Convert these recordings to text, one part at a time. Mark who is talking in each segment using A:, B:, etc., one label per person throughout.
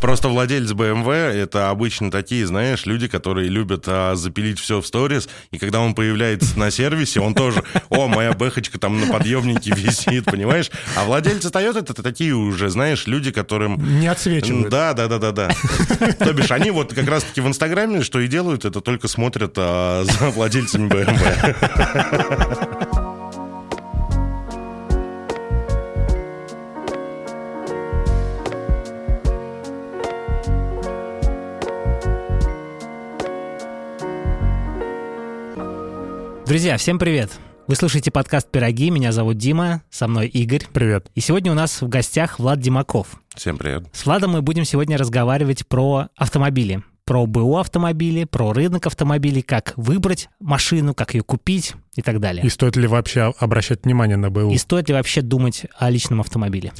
A: Просто владелец BMW это обычно такие, знаешь, люди, которые любят а, запилить все в сторис, и когда он появляется на сервисе, он тоже, о, моя бэхочка там на подъемнике висит, понимаешь? А владельцы Toyota это такие уже, знаешь, люди, которым...
B: Не отсвечивают.
A: Да, да, да, да, да. То бишь, они вот как раз-таки в Инстаграме что и делают, это только смотрят а, за владельцами BMW.
C: Друзья, всем привет! Вы слушаете подкаст «Пироги», меня зовут Дима, со мной Игорь.
B: Привет.
C: И сегодня у нас в гостях Влад Димаков.
A: Всем привет.
C: С Владом мы будем сегодня разговаривать про автомобили, про БУ автомобили, про рынок автомобилей, как выбрать машину, как ее купить и так далее.
B: И стоит ли вообще обращать внимание на БУ?
C: И стоит ли вообще думать о личном автомобиле?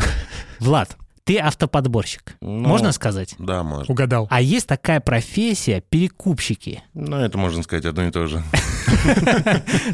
C: Влад, ты автоподборщик.
A: Ну,
C: можно сказать?
A: Да, можно.
B: Угадал.
C: А есть такая профессия перекупщики.
A: Ну, это можно сказать одно и то же.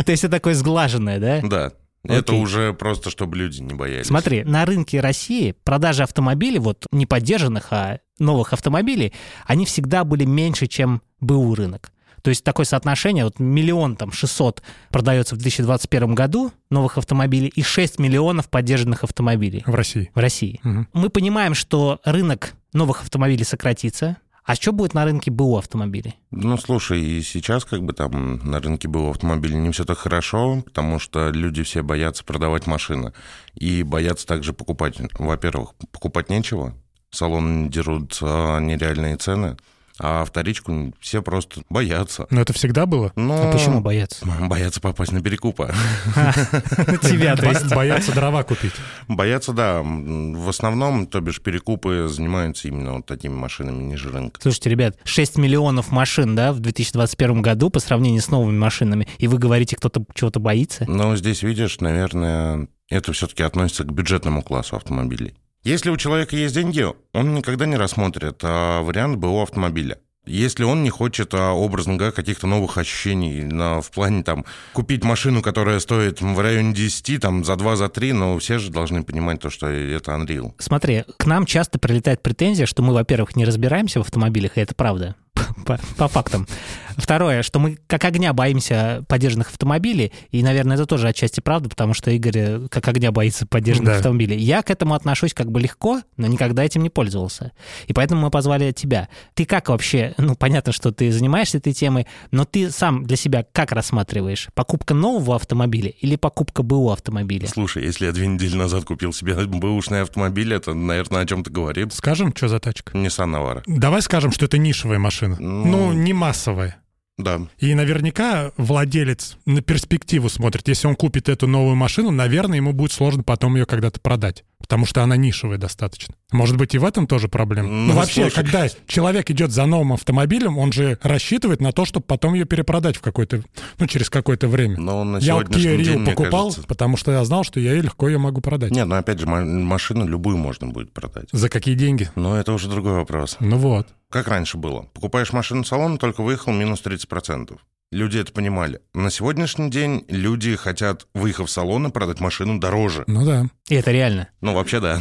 C: То есть это такое сглаженное, да?
A: Да. Это
C: Окей.
A: уже просто, чтобы люди не боялись.
C: Смотри, на рынке России продажи автомобилей, вот не поддержанных, а новых автомобилей, они всегда были меньше, чем БУ рынок. То есть такое соотношение, вот миллион там 600 продается в 2021 году новых автомобилей и 6 миллионов поддержанных автомобилей
B: В России.
C: в России.
B: Мгм.
C: Мы понимаем, что рынок новых автомобилей сократится, а что будет на рынке БУ автомобилей?
A: Ну, слушай, и сейчас как бы там на рынке было автомобилей не все так хорошо, потому что люди все боятся продавать машины и боятся также покупать. Во-первых, покупать нечего, салоны дерут а, нереальные цены, а вторичку все просто боятся.
B: Но это всегда было?
A: Но
C: А почему боятся?
A: Боятся попасть на перекупа.
C: Тебя, то есть.
B: Бо- Боятся дрова купить.
A: Боятся, да. М, В основном, то бишь, перекупы занимаются именно вот такими машинами ниже рынка.
C: Слушайте, ребят, 6 миллионов машин, да, в 2021 году по сравнению с новыми машинами, и вы говорите, кто-то чего-то боится?
A: Но Ну, здесь, видишь, наверное, это все-таки относится к бюджетному классу автомобилей. Если у человека есть деньги, он никогда не рассмотрит а, вариант БУ автомобиля. Если он не хочет, а, образно говоря, каких-то новых ощущений на, в плане там купить машину, которая стоит в районе 10, там за 2, за 3, но все же должны понимать то, что это Unreal.
C: Смотри, к нам часто прилетает претензия, что мы, во-первых, не разбираемся в автомобилях, и это правда, по, по фактам. Второе, что мы как огня боимся поддержанных автомобилей, и, наверное, это тоже отчасти правда, потому что Игорь э, как огня боится поддержанных
B: Да.
C: автомобилей. Я к этому отношусь как бы легко, но никогда этим не пользовался. И поэтому мы позвали тебя. Ты как вообще, ну, понятно, что ты занимаешься этой темой, но ты сам для себя как рассматриваешь? Покупка нового автомобиля или покупка БУ автомобиля?
A: Слушай, если я две недели назад купил себе бэушный автомобиль, это, наверное, о чем-то говорит.
B: Скажем, что за тачка?
A: Nissan Navara.
B: Давай скажем, что это нишевая машина.
A: Ну.
B: Ну, не массовая.
A: Да.
B: И наверняка владелец на перспективу смотрит. Если он купит эту новую машину, наверное, ему будет сложно потом ее когда-то продать. Потому что она нишевая достаточно. Может быть, и в этом тоже проблема.
A: Ну,
B: Ну, вообще,
A: слушай.
B: когда человек идет за новым автомобилем, он же рассчитывает на то, чтобы потом ее перепродать в какое-то, ну, через какое-то время.
A: Но он на
B: я вот
A: сегодняшний
B: Kia
A: день,
B: Rio
A: мне
B: покупал,
A: кажется-
B: потому что я знал, что я её легко ее могу продать.
A: Нет, ну опять же, ма- машину любую можно будет продать.
B: За какие деньги?
A: Но это уже другой вопрос.
B: Ну вот.
A: Как раньше было? Покупаешь машину в салон, только выехал минус 30%. Люди это понимали. На сегодняшний день люди хотят, выехав в салон, продать машину дороже.
B: Ну да.
C: И это реально.
A: Ну, вообще, да.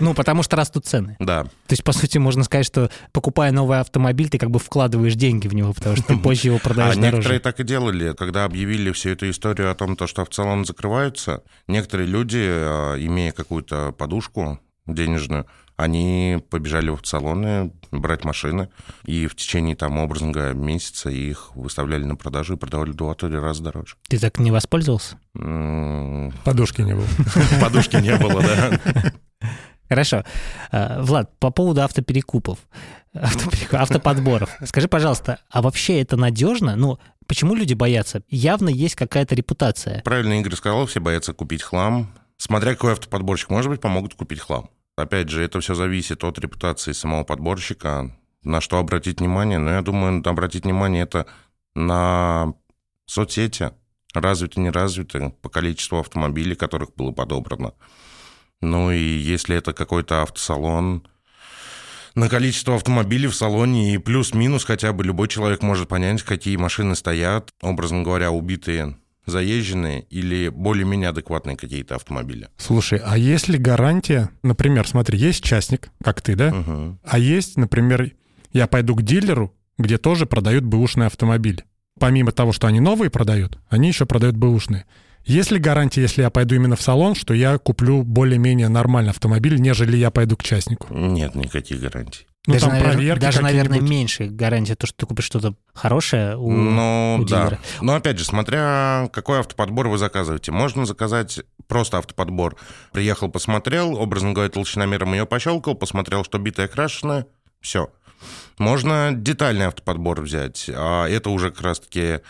C: Ну, потому что растут цены.
A: Да.
C: То есть, по сути, можно сказать, что покупая новый автомобиль, ты как бы вкладываешь деньги в него, потому что ты позже его
A: А
C: продаешь
A: некоторые
C: дороже.
A: так и делали, когда объявили всю эту историю о том, то, что в целом закрываются. Некоторые люди, э, имея какую-то подушку денежную, они побежали в салоны брать машины, и в течение, там, образно говоря, месяца их выставляли на продажу и продавали в два-три раза дороже.
C: Ты так не воспользовался?
A: М,
B: Подушки не было.
A: Подушки не было, да?
C: Хорошо. А, Влад, по поводу автоперекупов, автопереку- автоподборов. Скажи, пожалуйста, а вообще это надежно? Ну, почему люди боятся? Явно есть какая-то репутация.
A: Правильно Игорь сказал, все боятся купить хлам. Смотря какой автоподборщик, может быть, помогут купить хлам. Опять же, это все зависит от репутации самого подборщика, на что обратить внимание. Но я думаю, обратить внимание это на соцсети, развиты, не развиты, по количеству автомобилей, которых было подобрано. Ну и если это какой-то автосалон, на количество автомобилей в салоне и плюс-минус хотя бы любой человек может понять, какие машины стоят, образно говоря, убитые заезженные или более-менее адекватные какие-то автомобили.
B: Слушай, а есть ли гарантия, например, смотри, есть частник, как ты, да?
A: Мгм.
B: А есть, например, я пойду к дилеру, где тоже продают бэушные автомобили. Помимо того, что они новые продают, они еще продают бэушные. Есть ли гарантия, если я пойду именно в салон, что я куплю более-менее нормальный автомобиль, нежели я пойду к частнику?
A: Нет никаких гарантий.
B: Ну,
C: даже,
B: там
C: наверно-
B: проверки
C: даже, наверное,
B: какие-нибудь.
C: меньше гарантия, то, что ты купишь что-то хорошее у,
A: Ну,
C: у
A: да.
C: дилера.
A: Но опять же, смотря какой автоподбор вы заказываете. Можно заказать просто автоподбор. Приехал, посмотрел, образно говоря, толщиномером ее пощелкал, посмотрел, что битая крашеная, все. Можно детальный автоподбор взять. А это уже как раз-таки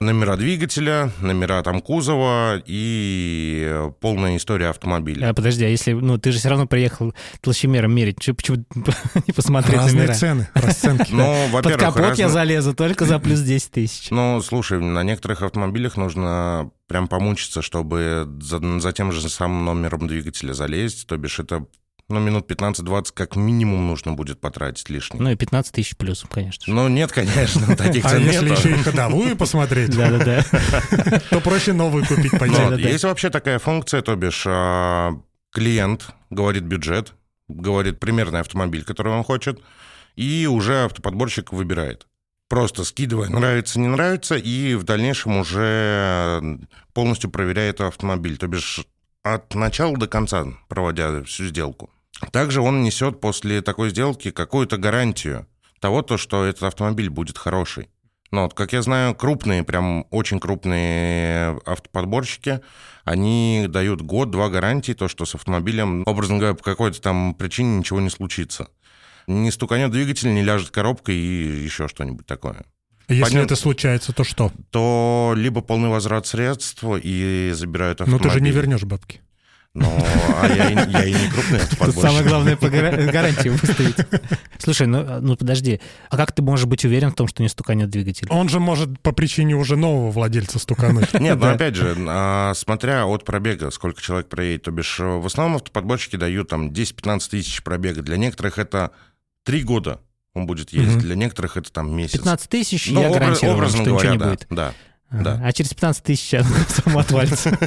A: номера двигателя, номера там кузова и э, полная история автомобиля.
C: А, подожди, а если... Ну, ты же все равно приехал толщемером мерить. Чё- Почему не посмотреть
B: Разные
C: номера?
B: цены, расценки.
A: Но,
C: Под
A: во-первых,
C: капот я
A: разно-
C: залезу только за плюс 10 тысяч.
A: Ну, слушай, на некоторых автомобилях нужно прям помучиться, чтобы за, за тем же самым номером двигателя залезть. То бишь это ну, минут 15-20 как минимум нужно будет потратить лишних.
C: Ну и 15 тысяч плюсом, конечно же.
A: Ну, нет, конечно, таких
B: А
A: цен
B: если
A: нет.
B: еще и ходовую посмотреть,
C: Да-да-да.
B: то проще новую купить по
A: Ну,
C: да,
A: вот,
C: да, да.
A: Есть вообще такая функция, то бишь а, клиент говорит бюджет, говорит примерный автомобиль, который он хочет, и уже автоподборщик выбирает. Просто скидывая, нравится, не нравится, и в дальнейшем уже полностью проверяет автомобиль. То бишь от начала до конца проводя всю сделку. Также он несет после такой сделки какую-то гарантию того, то, что этот автомобиль будет хороший. Ну, вот, как я знаю, крупные, прям очень крупные автоподборщики, они дают год-два гарантии, то, что с автомобилем, образно говоря, по какой-то там причине ничего не случится. Не стуканет двигатель, не ляжет коробка и еще что-нибудь такое.
B: Если
A: Понятно.
B: это случается, то что?
A: То либо полный возврат средств и забирают
B: Ну
A: автомобиль.
B: ты же не вернешь бабки.
A: Ну, а я, и- я и не крупный
C: Тут
A: автоподборщик.
C: самое главное по гара- гарантии выставить. Слушай, ну, ну подожди, а как ты можешь быть уверен в том, что не стуканет двигатель?
B: Он же может по причине уже нового владельца стукануть.
A: Нет, ну
C: Да.
A: опять же, а, смотря от пробега, сколько человек проедет, то бишь э, в основном автоподборщики дают там 10-15 тысяч пробега. Для некоторых это 3 года он будет ездить,
B: Мгм.
A: для некоторых это там месяц.
C: 15 тысяч,
A: Ну,
C: я
A: обра-
C: гарантирую, вам,
A: образно
C: что
A: говоря,
C: ничего не
A: да,
C: будет.
A: да.
C: Ага.
A: да.
C: А через 15 тысяч оно само отвалится.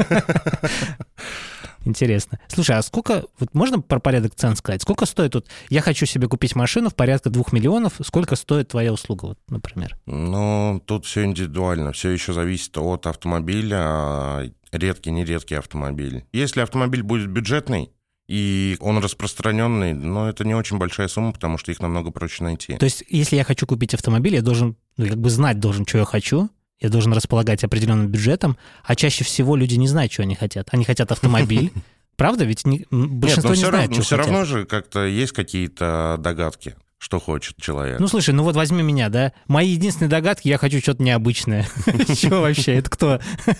C: Интересно. Слушай, а сколько, вот можно про порядок цен сказать? Сколько стоит вот, я хочу себе купить машину в порядка 2 миллионов, сколько стоит твоя услуга, вот, например?
A: Ну, тут все индивидуально, все еще зависит от автомобиля, а, редкий, нередкий автомобиль. Если автомобиль будет бюджетный, и он распространенный, но это не очень большая сумма, потому что их намного проще найти.
C: То есть, если я хочу купить автомобиль, я должен, ну, как бы знать должен, что я хочу, я должен располагать определенным бюджетом, а чаще всего люди не знают, что они хотят. Они хотят автомобиль, правда? Ведь не- м, большинство не
A: все,
C: знает,
A: равно,
C: что
A: все
C: хотят.
A: равно же как-то есть какие-то догадки, что хочет человек.
C: Ну, слушай, ну вот возьми меня, да? Мои единственные догадки, я хочу что-то необычное. Чего вообще? Это кто?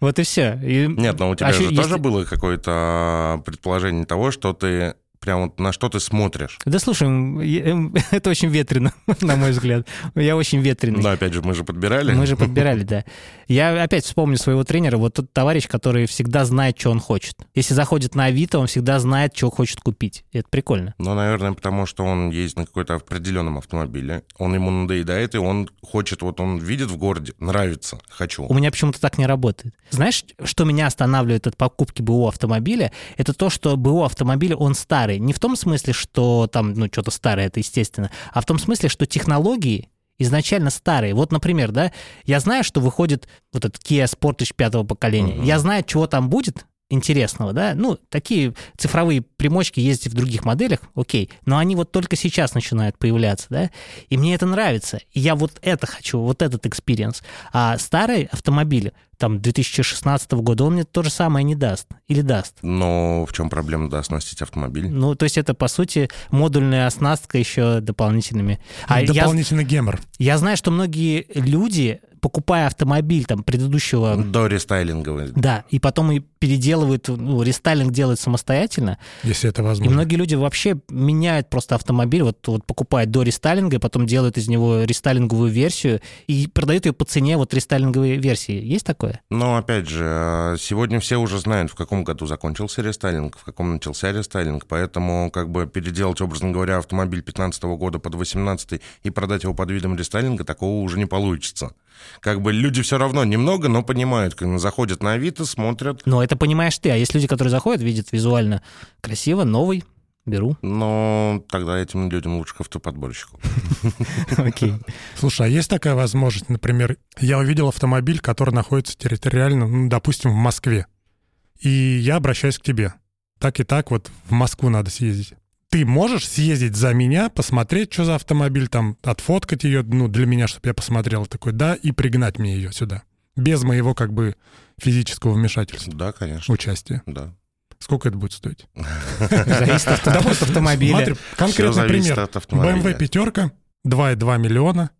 C: Вот и все.
A: Нет, но у тебя
C: А
A: же
C: ещё
A: тоже
C: если-
A: было какое-то а, предположение того, что ты прям вот на что ты смотришь.
C: Да слушай, м, я- м, это очень ветрено, на мой взгляд. Я очень ветреный.
A: Да, опять же, мы же подбирали.
C: Мы же подбирали, да. Я опять вспомню своего тренера, вот тот товарищ, который всегда знает, что он хочет. Если заходит на Авито, он всегда знает, что хочет купить. И Это прикольно.
A: Ну, наверное, потому что он ездит на какой-то определенном автомобиле, он ему надоедает, и он хочет, вот он видит в городе, нравится, хочу.
C: У меня почему-то так не работает. Знаешь, что меня останавливает от покупки БУ автомобиля? Это то, что БУ автомобиль, он старый. Не в том смысле, что там, ну, что-то старое, это естественно, а в том смысле, что технологии изначально старые. Вот, например, да, я знаю, что выходит вот этот Kia Sportage пятого поколения.
A: Мгм.
C: Я знаю, чего там будет интересного, да, ну, такие цифровые примочки есть и в других моделях, окей, но они вот только сейчас начинают появляться, да, и мне это нравится, и я вот это хочу, вот этот экспириенс. А старый автомобиль, там, 2016 года, он мне то же самое не даст, или даст.
A: Но в чем проблема, да, оснастить автомобиль?
C: Ну, то есть это, по сути, модульная оснастка еще дополнительными. А я,
B: Дополнительный гемор.
C: я знаю, что многие люди, покупая автомобиль там предыдущего
A: До рестайлинговой.
C: да, и потом и переделывают, ну, рестайлинг делают самостоятельно.
B: если это
C: И
B: возможно.
C: многие люди вообще меняют просто автомобиль, вот, вот покупают до рестайлинга, и потом делают из него рестайлинговую версию и продают ее по цене вот рестайлинговой версии. Есть такое? первые.
A: Но опять же, э, сегодня все уже знают, в каком году закончился рестайлинг, в каком начался рестайлинг, поэтому как бы переделать, образно говоря, автомобиль 15 года под 18 и продать его под видом рестайлинга, такого уже не получится. Как бы люди все равно немного, но понимают, как заходят на Авито, смотрят.
C: Но это понимаешь ты, а есть люди, которые заходят, видят визуально красиво, новый, беру.
A: Но тогда этим людям лучше к автоподборщику.
C: Окей.
B: Слушай, а есть такая возможность, например, я увидел автомобиль, который находится территориально, ну, допустим, в Москве, и я обращаюсь к тебе. Так и так вот в Москву надо съездить. Ты можешь съездить за меня, посмотреть, что за автомобиль, там, отфоткать ее, ну, для меня, чтобы я посмотрел такой, да, и пригнать мне ее сюда. Без моего, как бы, физического вмешательства,
A: Да, конечно,
B: участия.
A: да.
B: Сколько это будет стоить?
C: Зависит от от автомобиля.
B: Смотри, конкретный
A: зависит
B: пример.
A: от автомобиля.
B: BMW пятерка, 2,2 миллиона.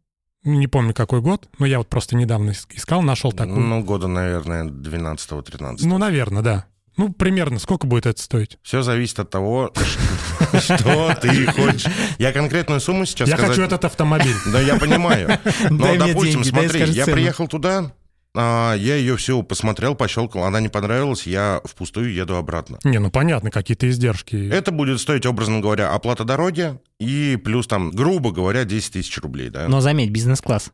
B: Не помню, какой год, но я вот просто недавно иск- искал, нашел такую.
A: Ну, года, наверное, 12-13.
B: Ну, наверное, да. Ну, примерно, сколько будет это стоить?
A: Все зависит от того, что- что ты хочешь. Я конкретную сумму сейчас
B: я
A: сказать...
B: хочу этот автомобиль.
A: Да, я понимаю. Но,
C: Дай мне
A: Ну, а допустим,
C: деньги, дай
A: смотри,
C: скажи
A: я
C: цену.
A: приехал туда, а, я ее всю посмотрел, пощелкал, она не понравилась, я впустую еду обратно.
B: Не, ну понятно, какие-то издержки.
A: Это будет стоить, образно говоря, оплата дороги и плюс там, грубо говоря, 10 тысяч рублей, да?
C: Но заметь, бизнес-класс.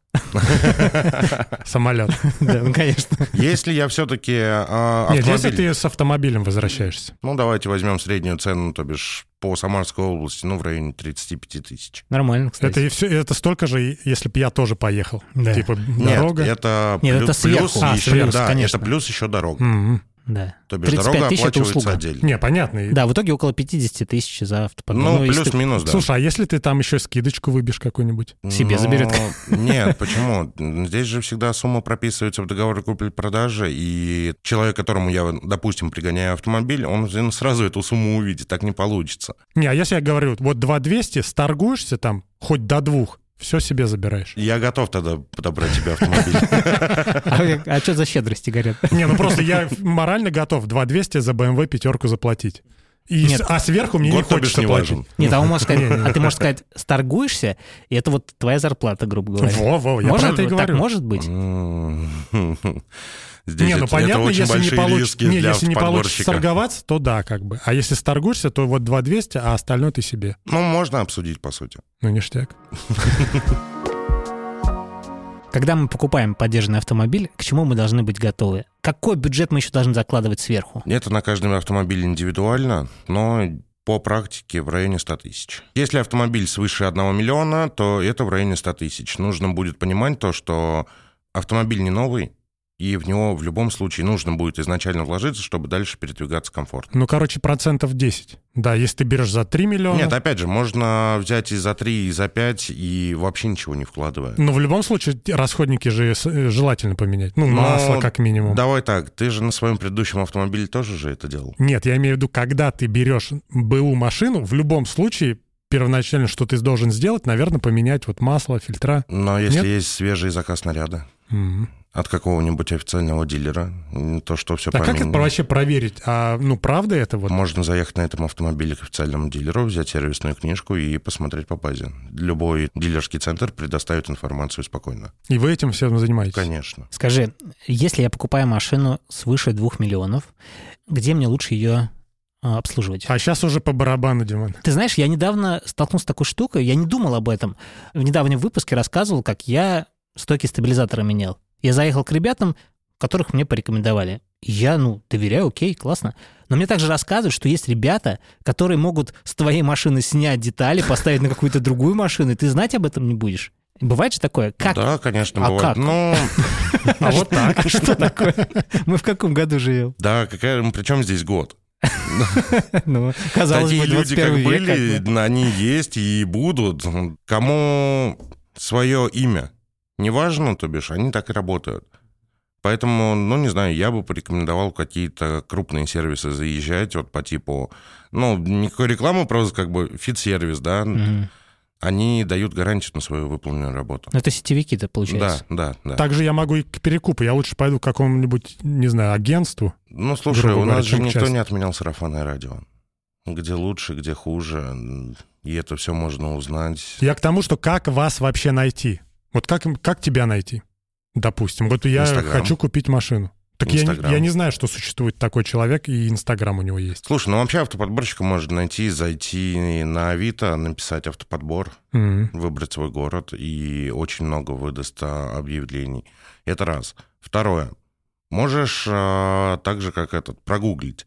B: Самолет.
C: Да, ну, конечно.
A: Если я все-таки
B: Нет, если
A: автомобиль...
B: ты с автомобилем возвращаешься.
A: Ну, давайте возьмем среднюю цену, то бишь по Самарской области, ну, в районе 35 тысяч.
C: Нормально, кстати.
B: Это, и все, это столько же, и- если бы я тоже поехал.
C: Да.
B: Типа
A: Нет,
B: дорога.
A: это,
C: Нет,
A: плю-
C: это сверху.
A: плюс
C: А,
A: еще,
B: сверху,
A: да,
C: конечно.
A: это плюс еще дорога.
B: Мгм.
C: Да.
A: То бишь
C: 35
A: дорога
C: тысяч это
A: оплачивается
C: услуга.
A: отдельно.
B: М-м. Не, понятно. И-
C: Да, в итоге около 50 тысяч за автоподбор.
A: Ну,
C: если ты-
A: плюс-минус, да.
B: Слушай, а если ты там еще скидочку выбьешь какую-нибудь?
C: себе
A: Но-
C: заберет.
A: Нет, почему? Здесь же всегда сумма прописывается в договоре купли-продажи, и человек, которому я, допустим, пригоняю автомобиль, он блин, сразу эту сумму увидит, так не получится.
B: Не, а если я говорю, вот 2200, сторгуешься там хоть до двух, все себе забираешь.
A: Я готов тогда подобрать тебе автомобиль.
C: А, что за щедрости, говорят?
B: Не, ну просто я ф- морально готов 2200 за BMW пятерку заплатить. И
C: Нет.
B: с- а сверху мне не
A: Год, то бишь,
B: хочется
A: не
B: платить.
A: важен.
C: Нет, а, он может сказать, а ты можешь сказать, сторгуешься, и это вот твоя зарплата, грубо говоря.
B: Во, во, я
C: может,
B: про это и
C: так
B: говорю.
C: может быть?
A: М. М-м-м. Здесь
B: не,
A: это-
B: ну
A: это
B: понятно,
A: очень
B: если не
A: большие
B: получится,
A: риски
B: не,
A: для
B: если не получится
A: автоподборщика.
B: сторговаться, то да, как бы. А если сторгуешься, то вот 2200, а остальное ты себе.
A: Ну, можно обсудить, по сути.
B: Ну, ништяк.
C: Когда мы покупаем поддержанный автомобиль, к чему мы должны быть готовы? Какой бюджет мы еще должны закладывать сверху?
A: Это на каждом автомобиле индивидуально, но по практике в районе 100 тысяч. Если автомобиль свыше 1 миллиона, то это в районе 100 тысяч. Нужно будет понимать то, что автомобиль не новый, и в него в любом случае нужно будет изначально вложиться, чтобы дальше передвигаться комфортно.
B: Ну, короче, процентов 10. Да, если ты берешь за 3 миллиона...
A: Нет, а- опять же, можно взять и за 3, и за 5, и вообще ничего не вкладывая.
B: Но Ну, в любом случае те расходники же с- э, желательно поменять. Ну,
A: Но
B: масло как минимум.
A: Давай так, ты же на своем предыдущем автомобиле тоже же это делал.
B: Нет, я имею в виду, когда ты берешь БУ машину, в любом случае первоначально, что ты должен сделать, наверное, поменять вот масло, фильтра.
A: Но если
B: Нет?
A: есть свежий заказ наряда,
B: Мгм.
A: от какого-нибудь официального дилера, м, то что все
B: А как это вообще проверить? А, ну, правда это вот?
A: Можно заехать на этом автомобиле к официальному дилеру, взять сервисную книжку и посмотреть по базе. Любой дилерский центр предоставит информацию спокойно.
B: И вы этим всем занимаетесь?
A: Конечно.
C: Скажи, если я покупаю машину свыше 2 миллионов, где мне лучше ее а, обслуживать?
B: А сейчас уже по барабану, Диман.
C: Ты знаешь, я недавно столкнулся с такой штукой, я не думал об этом. В недавнем выпуске рассказывал, как я стойки стабилизатора менял. Я заехал к ребятам, которых мне порекомендовали. И Я, ну, доверяю, окей, классно. Но мне также рассказывают, что есть ребята, которые могут с твоей машины снять детали, поставить на какую-то другую машину, и ты знать об этом не будешь. Бывает же такое? Как?
A: Да, конечно,
C: А
A: бывает.
C: как?
A: Ну,
B: А вот так.
C: А что такое? Мы в каком году живем?
A: да, какая, причем здесь год.
C: Ну, казалось
A: Такие
C: бы,
A: люди, как
C: 21 век. а
A: были,
C: как бы.
A: они есть и будут. Кому свое имя не важно, то бишь, они так и работают. Поэтому, ну, не знаю, я бы порекомендовал в какие-то крупные сервисы заезжать, вот по типу, ну, никакой рекламы, просто как бы фит-сервис, да,
C: Мгм.
A: они дают гарантию на свою выполненную работу.
C: Ну, это сетевики-то,
A: Да,
C: получается.
A: да, да.
B: Также я могу и к перекупу. Я лучше пойду к какому-нибудь, не знаю, агентству.
A: Ну, слушай,
B: грубо
A: у
B: говоря,
A: нас же
B: чем
A: никто
B: часто.
A: не отменял сарафанное радио. Где лучше, где хуже, и это все можно узнать.
B: Я к тому, что как вас вообще найти? Вот как, им- как тебя найти? допустим, вот я
A: Инстаграм.
B: хочу купить машину. Так я, не-
A: Инстаграм.
B: я не знаю, что существует такой человек, и Инстаграм у него есть.
A: Слушай, ну вообще автоподборщика можно найти, зайти на Авито, написать автоподбор,
B: Мгм.
A: выбрать свой город, и очень много выдаст а, объявлений. Это раз. Второе. Можешь а, так же, как этот, прогуглить.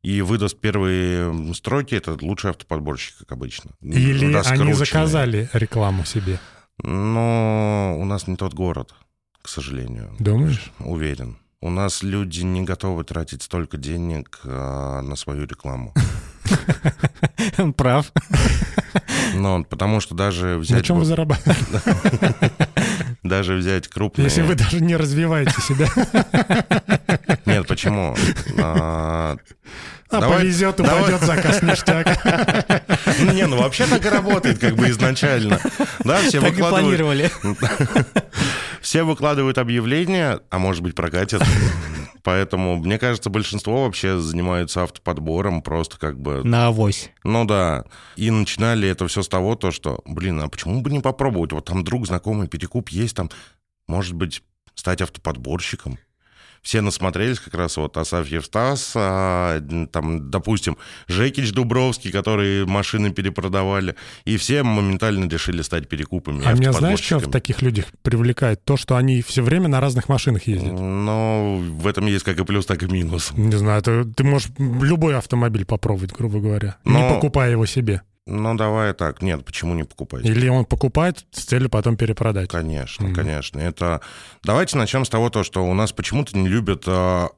A: И выдаст первые м, строки, это лучший автоподборщик, как обычно.
B: Или они
A: Раскрученные.
B: заказали рекламу себе.
A: Но у нас не тот город, к сожалению.
B: Думаешь?
A: Уверен. У нас люди не готовы тратить столько денег а, на свою рекламу.
C: Он прав.
A: Но Ну, потому что даже
B: На
A: взять,
B: чем
A: бы-
B: вы зарабатываете?
A: даже взять крупные...
B: Если вы даже не развиваете себя,
A: Нет, почему? А,
B: а
A: давай-
B: повезет,
A: давай-
B: упадет заказ ништяк. А
A: Ну, Не, ну вообще так и работает как бы изначально. Да, все
C: Так и
A: выкладывают...
C: планировали.
A: Все выкладывают объявления, а может быть прокатят. Поэтому, мне кажется, большинство вообще занимаются автоподбором просто как бы
C: На авось.
A: Ну да. И начинали это все с того, то, что, блин, а почему бы не попробовать? Вот там друг, знакомый, перекуп есть, там, может быть, стать автоподборщиком. Все насмотрелись как раз вот Асафьев Стас, а, м, там, допустим, Жекич Дубровский, которые машины перепродавали, и все моментально решили стать перекупами. и
B: А меня знаешь, что в
A: автоподборщиками.
B: таких людях привлекает? То, что они все время на разных машинах ездят.
A: Ну, в этом есть как и плюс, так и минус.
B: Не знаю, это- ты можешь любой автомобиль попробовать, грубо говоря, не
A: Но-
B: покупая его себе.
A: Ну, давай так. Нет, почему не покупать?
B: Или он покупает с целью потом перепродать.
A: Конечно,
B: Мгм.
A: конечно. Это давайте начнем с того, то, что у нас почему-то не любят а,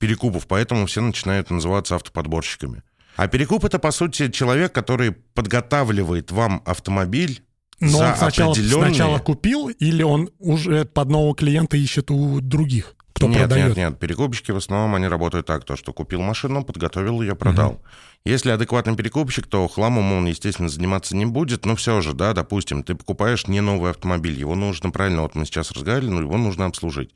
A: перекупов, поэтому все начинают называться автоподборщиками. А перекуп это по сути человек, который подготавливает вам автомобиль.
B: Но
A: За
B: он сначала,
A: определенные-
B: сначала купил, или он уже под нового клиента ищет у других, кто
A: нет, нет,
B: продает.
A: нет. Перекупщики в основном они работают так, то что купил машину, подготовил ее, продал. Если адекватный перекупщик, то хламом он, естественно, заниматься не будет, но все же, да, допустим, ты покупаешь не новый автомобиль, его нужно, правильно, вот мы сейчас разговаривали, но его нужно обслужить.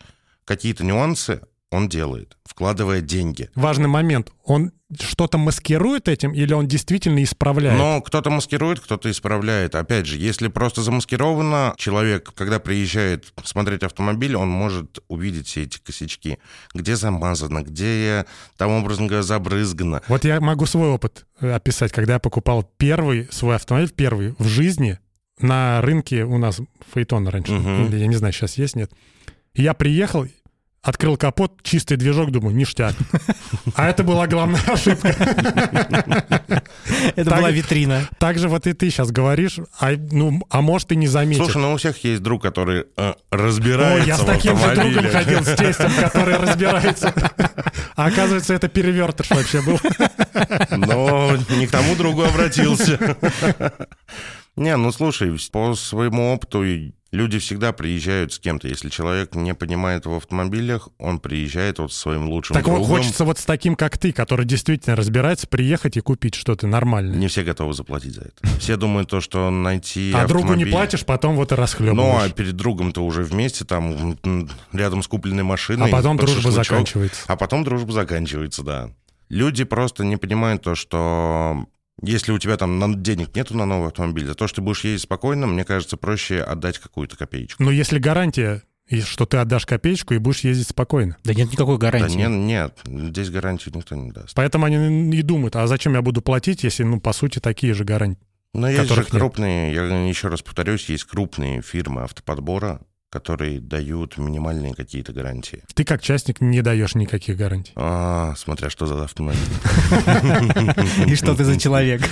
A: Какие-то нюансы он делает, вкладывая деньги.
B: Важный момент. Он что-то маскирует этим, или он действительно исправляет?
A: Но кто-то маскирует, кто-то исправляет. Опять же, если просто замаскировано, человек, когда приезжает смотреть автомобиль, он может увидеть все эти косячки. Где замазано, где, там, образно говоря, забрызгано.
B: Вот я могу свой опыт э, описать. Когда я покупал первый свой автомобиль, первый в жизни, на рынке у нас Фейтон раньше,
A: Мгм.
B: я не знаю, сейчас есть, нет. И Я приехал, открыл капот, чистый движок, думаю, ништяк. А это была главная ошибка.
C: Это
B: Так-
C: была витрина.
B: Так же вот и ты сейчас говоришь, а, ну, а может и не
A: Слушай,
B: заметил.
A: ну у всех есть друг, который э,
B: Ой,
A: разбирается
B: я с
A: в
B: таким же
A: автомобиле.
B: другом ходил, с тестем, который разбирается. А оказывается, это перевертыш вообще был.
A: Но не к тому другу обратился. Не, ну слушай, по своему опыту и люди всегда приезжают с кем-то. Если человек не понимает в автомобилях, он приезжает вот со своим лучшим
B: Так вот,
A: другом.
B: хочется вот с таким, как ты, который действительно разбирается, приехать и купить что-то нормальное.
A: Не все готовы заплатить за это. Все думают то, что найти
B: А другу не
A: автомобиль-
B: платишь, потом вот и
A: Ну, а
B: расхлебываешь.
A: перед другом-то уже вместе, там, м, рядом с купленной
B: а
A: машиной.
B: потом
A: под
B: дружба
A: шашлычок.
B: заканчивается.
A: А потом дружба заканчивается, да. Люди просто не понимают то, что если у тебя там на- денег нету на новый автомобиль, за то, что ты будешь ездить спокойно, мне кажется, проще отдать какую-то копеечку.
B: Но если гарантия, и что ты отдашь копеечку и будешь ездить спокойно.
C: Да нет никакой
A: Да
C: гарантии.
A: нет, нет, здесь гарантию никто не даст.
B: Поэтому они и думают, а зачем я буду платить, если, ну, по сути, такие же гарантии.
A: Но есть же
B: Которых нет.
A: крупные, я еще раз повторюсь, есть крупные фирмы автоподбора, которые дают минимальные какие-то гарантии.
B: Ты как частник не даешь никаких гарантий.
A: А, смотря что за автомобиль.
C: И что ты за человек?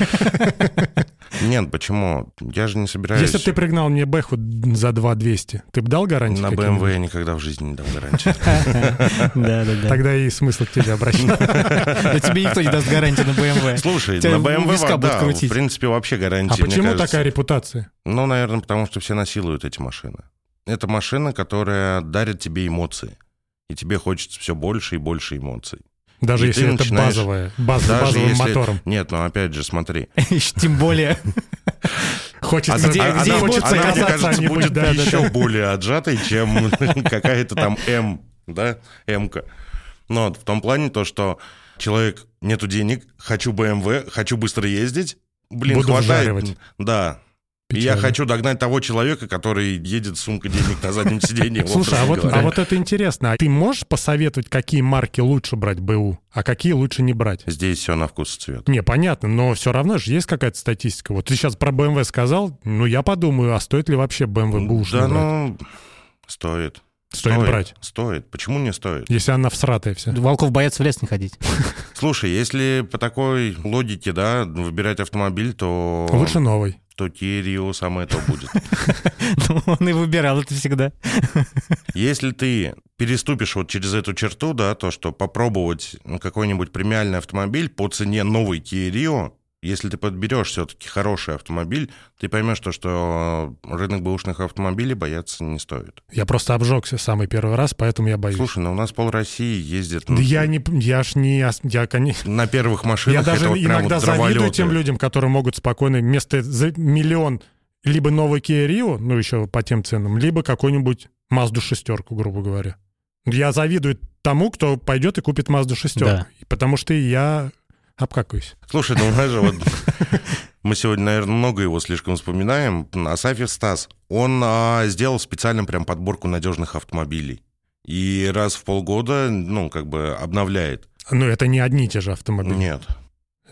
A: Нет, почему? Я же не собираюсь...
B: Если бы ты пригнал мне Бэху за 2200, ты бы дал гарантии?
A: На эм
B: какие-нибудь?
A: BMW я никогда в жизни не дал гарантии.
C: Да, да, да.
B: Тогда и смысл к тебе обращаться.
C: Да тебе никто не даст гарантии на BMW.
A: Слушай,
C: Тебя
A: на BMW,
C: виска
A: во-
C: будут
A: да, в
C: крутить.
A: принципе, вообще гарантии,
B: А
A: мне
B: почему
A: кажется.
B: такая репутация?
A: Ну, наверное, потому что все насилуют эти машины. Это машина, которая дарит тебе эмоции. И тебе хочется все больше и больше эмоций.
B: Даже
A: И
B: если
A: ты
B: это
A: начинаешь-
B: базовая, баз-
A: Даже
B: базовым
A: если-
B: мотором.
A: Нет, ну опять же, смотри.
C: Ещё Тем более,
B: Хочется,
C: где-
A: А она,
C: где
A: она-
C: хочется
A: она, мне
B: казаться,
A: кажется,
B: а не
A: будет
B: быть, да, да,
A: еще
B: да.
A: более отжатой, чем какая-то там М, да, М-ка. Но в том плане то, что человек, нету денег, хочу BMW, хочу быстро ездить, блин,
B: Буду
A: хватает.
B: вжаривать.
A: Да, И
B: отвечали.
A: я хочу догнать того человека, который едет с сумкой денег на заднем сиденье.
B: Слушай, а
A: образно
B: вот, а
A: говоря.
B: вот это интересно. А ты можешь посоветовать, какие марки лучше брать БУ, а какие лучше не брать?
A: Здесь все на вкус и цвет.
B: Не, понятно, но все равно же есть какая-то статистика. Вот ты сейчас про BMW сказал, ну я подумаю, а стоит ли вообще BMW бушный
A: Да,
B: брать?
A: ну, стоит.
B: стоит, брать,
A: Стоит. Почему не стоит?
B: если она всратая вся.
C: Волков боятся в лес не ходить.
A: Слушай, если по такой логике, да, выбирать автомобиль, то...
B: Лучше новый.
A: То Кирио самое то будет.
C: Ну, Он и выбирал это всегда.
A: Если ты переступишь вот через эту черту, да, то, что попробовать ну, какой-нибудь премиальный автомобиль по цене новой Kia Rio, если ты подберешь все-таки хороший автомобиль, ты поймешь то, что э, рынок бэушных автомобилей бояться не стоит.
B: Я просто обжегся самый первый раз, поэтому я боюсь.
A: Слушай, ну у нас пол России ездит
B: да
A: ну,
B: я не, я ж не, ос- я, коне-
A: на первых машинах.
B: я даже
A: это вот прям
B: иногда
A: вот
B: завидую
A: дроволеты.
B: тем людям, которые могут спокойно вместо за миллион либо новый Kia Rio, ну еще по тем ценам, либо какой-нибудь Mazda шестерку, грубо говоря. Я завидую тому, кто пойдет и купит Mazda шестерку,
C: Да.
B: потому что я обкакаюсь.
A: Слушай, ну у нас же вот... Мы сегодня, наверное, много его слишком вспоминаем. Асафьев Стас, он а, сделал специально прям подборку надежных автомобилей. И раз в полгода, ну, как бы обновляет.
B: Ну это не одни и те же автомобили.
A: Нет.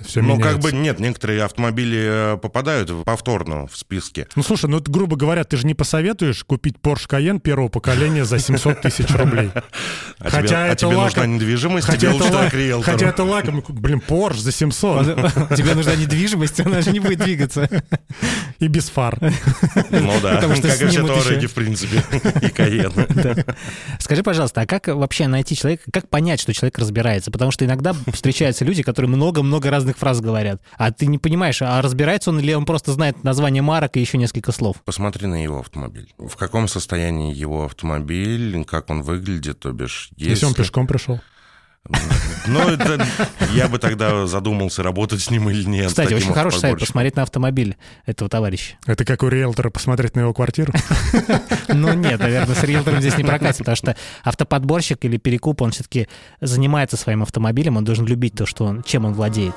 B: Все
A: ну,
B: меняется.
A: как бы нет, некоторые автомобили э, попадают в- повторно в списке.
B: Ну слушай, ну это, грубо говоря, ты же не посоветуешь купить Porsche Cayenne первого поколения за 700 тысяч рублей.
A: А
B: Хотя
A: тебе, а
B: это
A: тебе нужна
B: лаком-
A: недвижимость,
B: Хотя
A: тебе
B: это,
A: лучше
B: лак-
A: к риэлтору.
B: хотя это лаком, блин, Porsche за 700
C: Тебе нужна недвижимость, она же не будет двигаться.
B: и без фар.
A: Ну да,
C: потому что
A: как и все
C: снимут еще.
A: Тореги, в принципе, и Каен.
C: Скажи, пожалуйста, а как вообще найти человека, как понять, что человек разбирается? Потому что иногда встречаются люди, которые много-много разных фраз говорят, а ты не понимаешь, а разбирается он или он просто знает название марок и еще несколько слов.
A: Посмотри на его автомобиль. В каком состоянии его автомобиль, как он выглядит, то бишь...
B: Если он пешком пришел.
A: Ну, это... Я бы тогда задумался, работать с ним или нет. с
C: Кстати,
A: таким
C: очень хороший сайт
A: автоподборщиком.
C: посмотреть на автомобиль этого товарища.
B: Это как у риэлтора посмотреть на его квартиру.
C: Но Ну, нет, наверное, с риэлтором здесь не прокатит, потому что автоподборщик или перекуп, он все-таки занимается своим автомобилем, он должен любить то, что он, чем он владеет.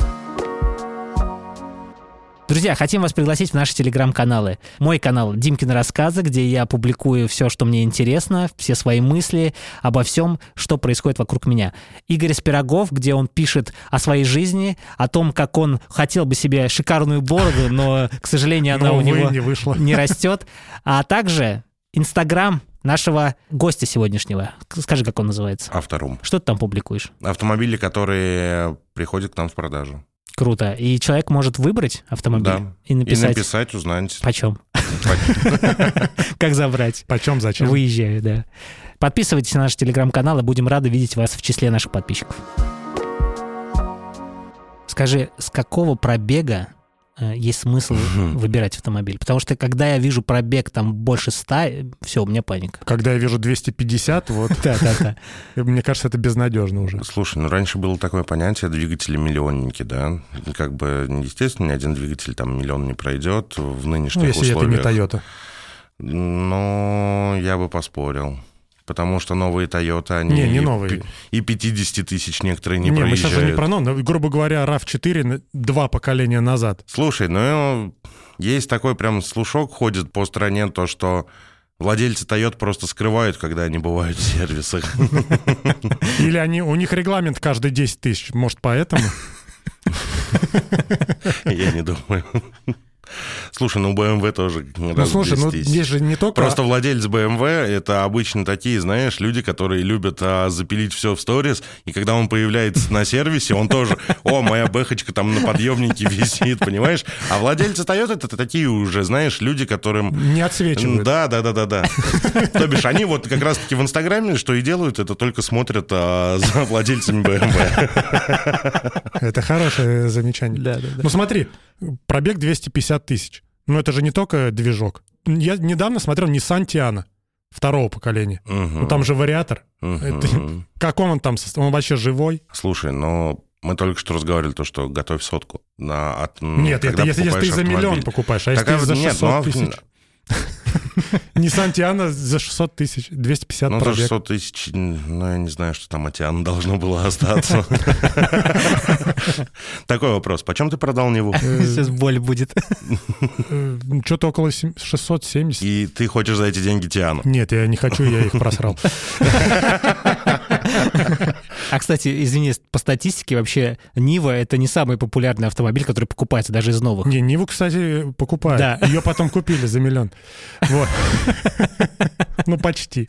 C: Друзья, хотим вас пригласить в наши телеграм-каналы. Мой канал «Димкины рассказы», где я публикую все, что мне интересно, все свои мысли обо всем, что происходит вокруг меня. Игорь Спирогов, где он пишет о своей жизни, о том, как он хотел бы себе шикарную бороду, но, к сожалению, она
B: Но,
C: у
B: увы,
C: него
B: не вышло.
C: не растет. А также Инстаграм нашего гостя сегодняшнего. К- Скажи, как он называется.
A: Авторум.
C: Что ты там публикуешь?
A: Автомобили, которые приходят к нам в продажу.
C: Круто. И человек может выбрать автомобиль
A: Да.
C: и написать.
A: И написать, узнать.
C: Почем? Как забрать?
B: Почем, зачем?
C: Выезжаю, да. Подписывайтесь на наш телеграм-канал, и будем рады видеть вас в числе наших подписчиков. Скажи, с какого пробега э, есть смысл выбирать автомобиль? Потому что когда я вижу пробег там больше ста, все, у меня паника.
B: Когда я вижу 250, вот,
C: Да-да-да.
B: мне кажется, это безнадежно уже.
A: Слушай, ну раньше было такое понятие двигатели-миллионники, да? Как бы, естественно, ни один двигатель там миллион не пройдет в нынешних
B: Ну, если это не
A: условиях.
B: Toyota.
A: Но я бы поспорил. Потому что новые Toyota, они...
B: Не, не
A: и
B: новые.
A: пи- И 50 тысяч некоторые не
B: Не, мы сейчас же не
A: проезжают.
B: про но, но, грубо говоря, RAV4 на- два поколения назад.
A: Слушай, ну есть такой прям слушок ходит по стране, то что владельцы Toyota просто скрывают, когда они бывают в сервисах.
B: Или они, у них регламент каждые 10 тысяч, может, поэтому?
A: Я не думаю. Слушай, ну BMW тоже
B: Ну, слушай, ну, здесь же не только...
A: Просто владелец BMW это обычно такие, знаешь, люди, которые любят а, запилить все в сторис, и когда он появляется на сервисе, он тоже, о, моя бэхочка там на подъемнике висит, понимаешь? А владельцы Toyota это такие уже, знаешь, люди, которым
B: не отсвечивают.
A: Да, да, да, да, да. То бишь, они вот как раз-таки в Инстаграме что и делают, это только смотрят а, за владельцами BMW.
B: Это хорошее замечание. Ну смотри, пробег 250 тысяч. Но это же не только движок. Я недавно смотрел Nissan Tiana второго поколения. Ну, там же вариатор.
A: Мгм.
B: Как он там? сос- Он вообще живой?
A: Слушай, но мы только что разговаривали то, что готовь сотку. На, от, м,
B: Нет, это
A: когда
B: если, если
A: покупаешь
B: ты за
A: автомобиль.
B: миллион покупаешь, а если
A: Такая
B: ты за
A: вот- нет, ну,
B: 600
A: а-
B: тысяч? Nissan Tiana за 600 тысяч, 250
A: Ну, за
B: пробег.
A: 600 тысяч, ну, я не знаю, что там от Тиана должно было остаться. Такой вопрос. Почем ты продал Неву?
C: Сейчас боль будет.
B: Э, Что-то около сем- 670.
A: И ты хочешь за эти деньги Тиану?
B: Нет, я не хочу, я их просрал.
C: А, кстати, извини, по статистике вообще Нива — это не самый популярный автомобиль, который покупается даже из новых.
B: Не, Ниву, кстати, покупают.
C: Да.
B: Ее потом купили за миллион. Вот. Ну, почти.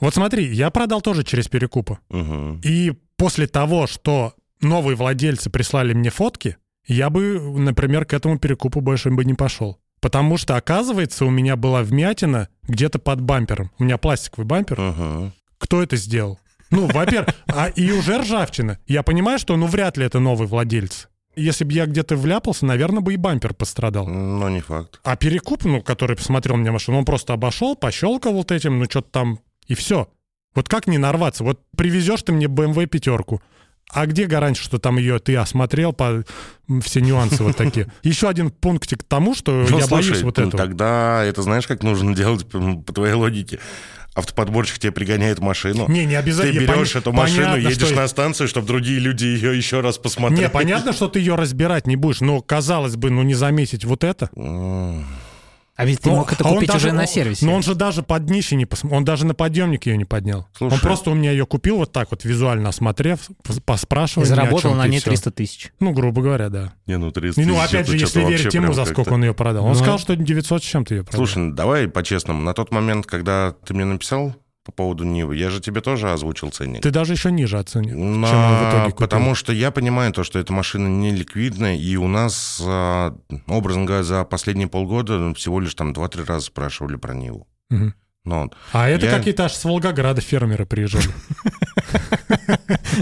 B: Вот смотри, я продал тоже через перекупы.
A: Мгм.
B: И после того, что новые владельцы прислали мне фотки, я бы, например, к этому перекупу больше бы не пошел. Потому что, оказывается, у меня была вмятина где-то под бампером. У меня пластиковый бампер.
A: Мгм.
B: Кто это сделал? Ну, во-первых, а и уже ржавчина. Я понимаю, что ну вряд ли это новый владелец. Если бы я где-то вляпался, наверное, бы и бампер пострадал.
A: Ну, не факт.
B: А перекуп, ну, который посмотрел мне машину, он просто обошел, пощелкал вот этим, ну, что-то там, и все. Вот как не нарваться? Вот привезешь ты мне BMW пятерку, а где гарантия, что там ее ты осмотрел, по... все нюансы вот такие? Еще один пунктик к тому, что
A: Ну,
B: я боюсь
A: слушай,
B: вот этого.
A: Тогда это знаешь, как нужно делать по по твоей логике? Автоподборщик тебе пригоняет машину.
B: Не, не
A: Ты
B: обязательно. Я
A: берешь
B: пони-
A: эту машину,
B: понятно,
A: едешь
B: что-
A: на станцию, чтобы другие люди ее еще раз посмотрели.
B: Не, понятно, что ты ее разбирать не будешь, но, казалось бы, ну не заметить вот это.
A: М,
C: А ведь ты
B: Ну,
C: мог это
B: а он
C: купить
B: даже-
C: уже на
B: он-
C: сервисе.
B: Но он же даже под днище не посмотрел, он даже на подъемник ее не поднял.
A: Слушай.
B: Он просто у меня ее купил вот так вот, визуально осмотрев, пос-
C: И
B: поспрашивал. меня о
C: заработал
B: чем-то
C: на
B: и
C: ней
B: всё.
C: 300 тысяч.
B: Ну, грубо говоря, да.
A: Не, ну 30
B: И, ну,
A: тысяч,
B: опять
A: это
B: же,
A: что-то
B: если
A: вообще
B: верить ему,
A: прям
B: за
A: как-то.
B: сколько он ее продал. Он
C: Ну,
B: сказал, что 900 с чем-то ее продал.
A: Слушай, ну, давай по-честному. На тот момент, когда ты мне написал по поводу Нивы, я же тебе тоже озвучил ценник.
B: ты даже еще ниже оценил,
A: На-
B: чем он в итоге купил.
A: Потому что я понимаю то, что эта машина не ликвидная, и у нас, а, образно говоря, за последние полгода ну, всего лишь там 2-3 раза спрашивали про Ниву. Ну
B: Мгм.
A: Но
B: А это
A: Я-
B: какие-то аж с Волгограда фермеры приезжали.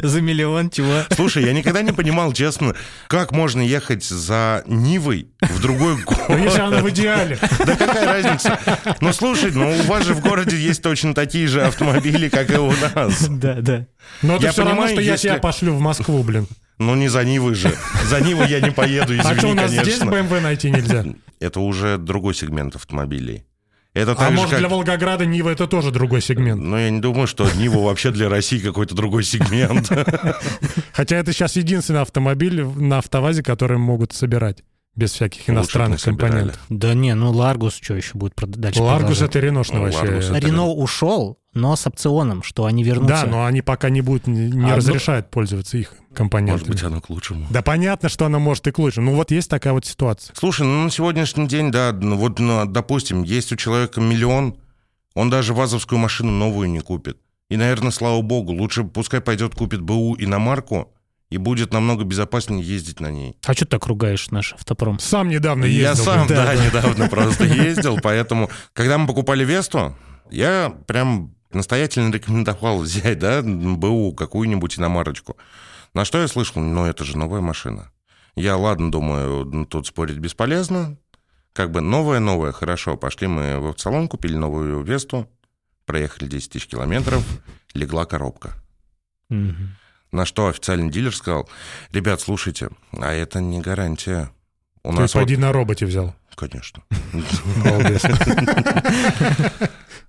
C: За миллион чего?
A: Слушай, я никогда не понимал, честно, как можно ехать за Нивой в другой
B: Ну, если
A: город.
B: она в идеале.
A: Да какая разница? Ну, слушай, ну у вас же в городе есть точно такие же автомобили, как и у нас.
C: Да, да.
B: Но это
A: Я
B: все равно,
A: понимаю,
B: что я
A: если-
B: тебя пошлю в Москву, блин.
A: Ну, не за Нивой же. За Нивой я не поеду,
B: А что, у
A: извини,
B: нас здесь
A: конечно. Ну,
B: BMW найти нельзя?
A: Это уже другой сегмент автомобилей. Это
B: А
A: так же,
B: может, для
A: как...
B: Волгограда Нива это тоже другой сегмент.
A: Но я не думаю, что Нива вообще для России какой-то другой сегмент.
B: Хотя это сейчас единственный автомобиль в- на автовазе, который могут собирать без всяких иностранных
A: Лучше б не собирали.
B: компонентов.
C: Да не, ну Ларгус что еще будет прод- дальше
B: Ларгус
C: продолжать?
B: это реношный
A: Ну, Largus
B: вообще.
A: это-
C: Рено ушел, но с опционом, что они вернутся.
B: Да, ну, но они пока не будут, не не
C: А, ну-
B: разрешают пользоваться их компонентами.
A: Может быть, оно к лучшему.
B: Да понятно, что она может и к лучшему. Ну вот есть такая вот ситуация.
A: Слушай, ну на сегодняшний день, да, ну, вот, ну, допустим, есть у человека миллион, он даже ВАЗовскую машину новую не купит. И, наверное, слава богу, лучше пускай пойдет купит БУ иномарку, и будет намного безопаснее ездить на ней.
C: А что ты так ругаешь наш автопром?
B: Сам недавно Ну, ездил.
A: я сам,
B: блин.
A: да, недавно просто ездил, поэтому, когда мы покупали Весту, я прям настоятельно рекомендовал взять, да, БУ, какую-нибудь иномарочку. На что я слышал, ну, это же новая машина. Я, ладно, думаю, ну, тут спорить бесполезно. Как бы новая-новая, хорошо, пошли мы в автосалон, купили новую Весту, проехали 10 тысяч километров, легла коробка.
C: Мгм.
A: На что официальный дилер сказал, ребят, слушайте, а это не гарантия. У
B: То есть
A: нас вот-
B: пойди на роботе взял.
A: Конечно.
B: Молодец.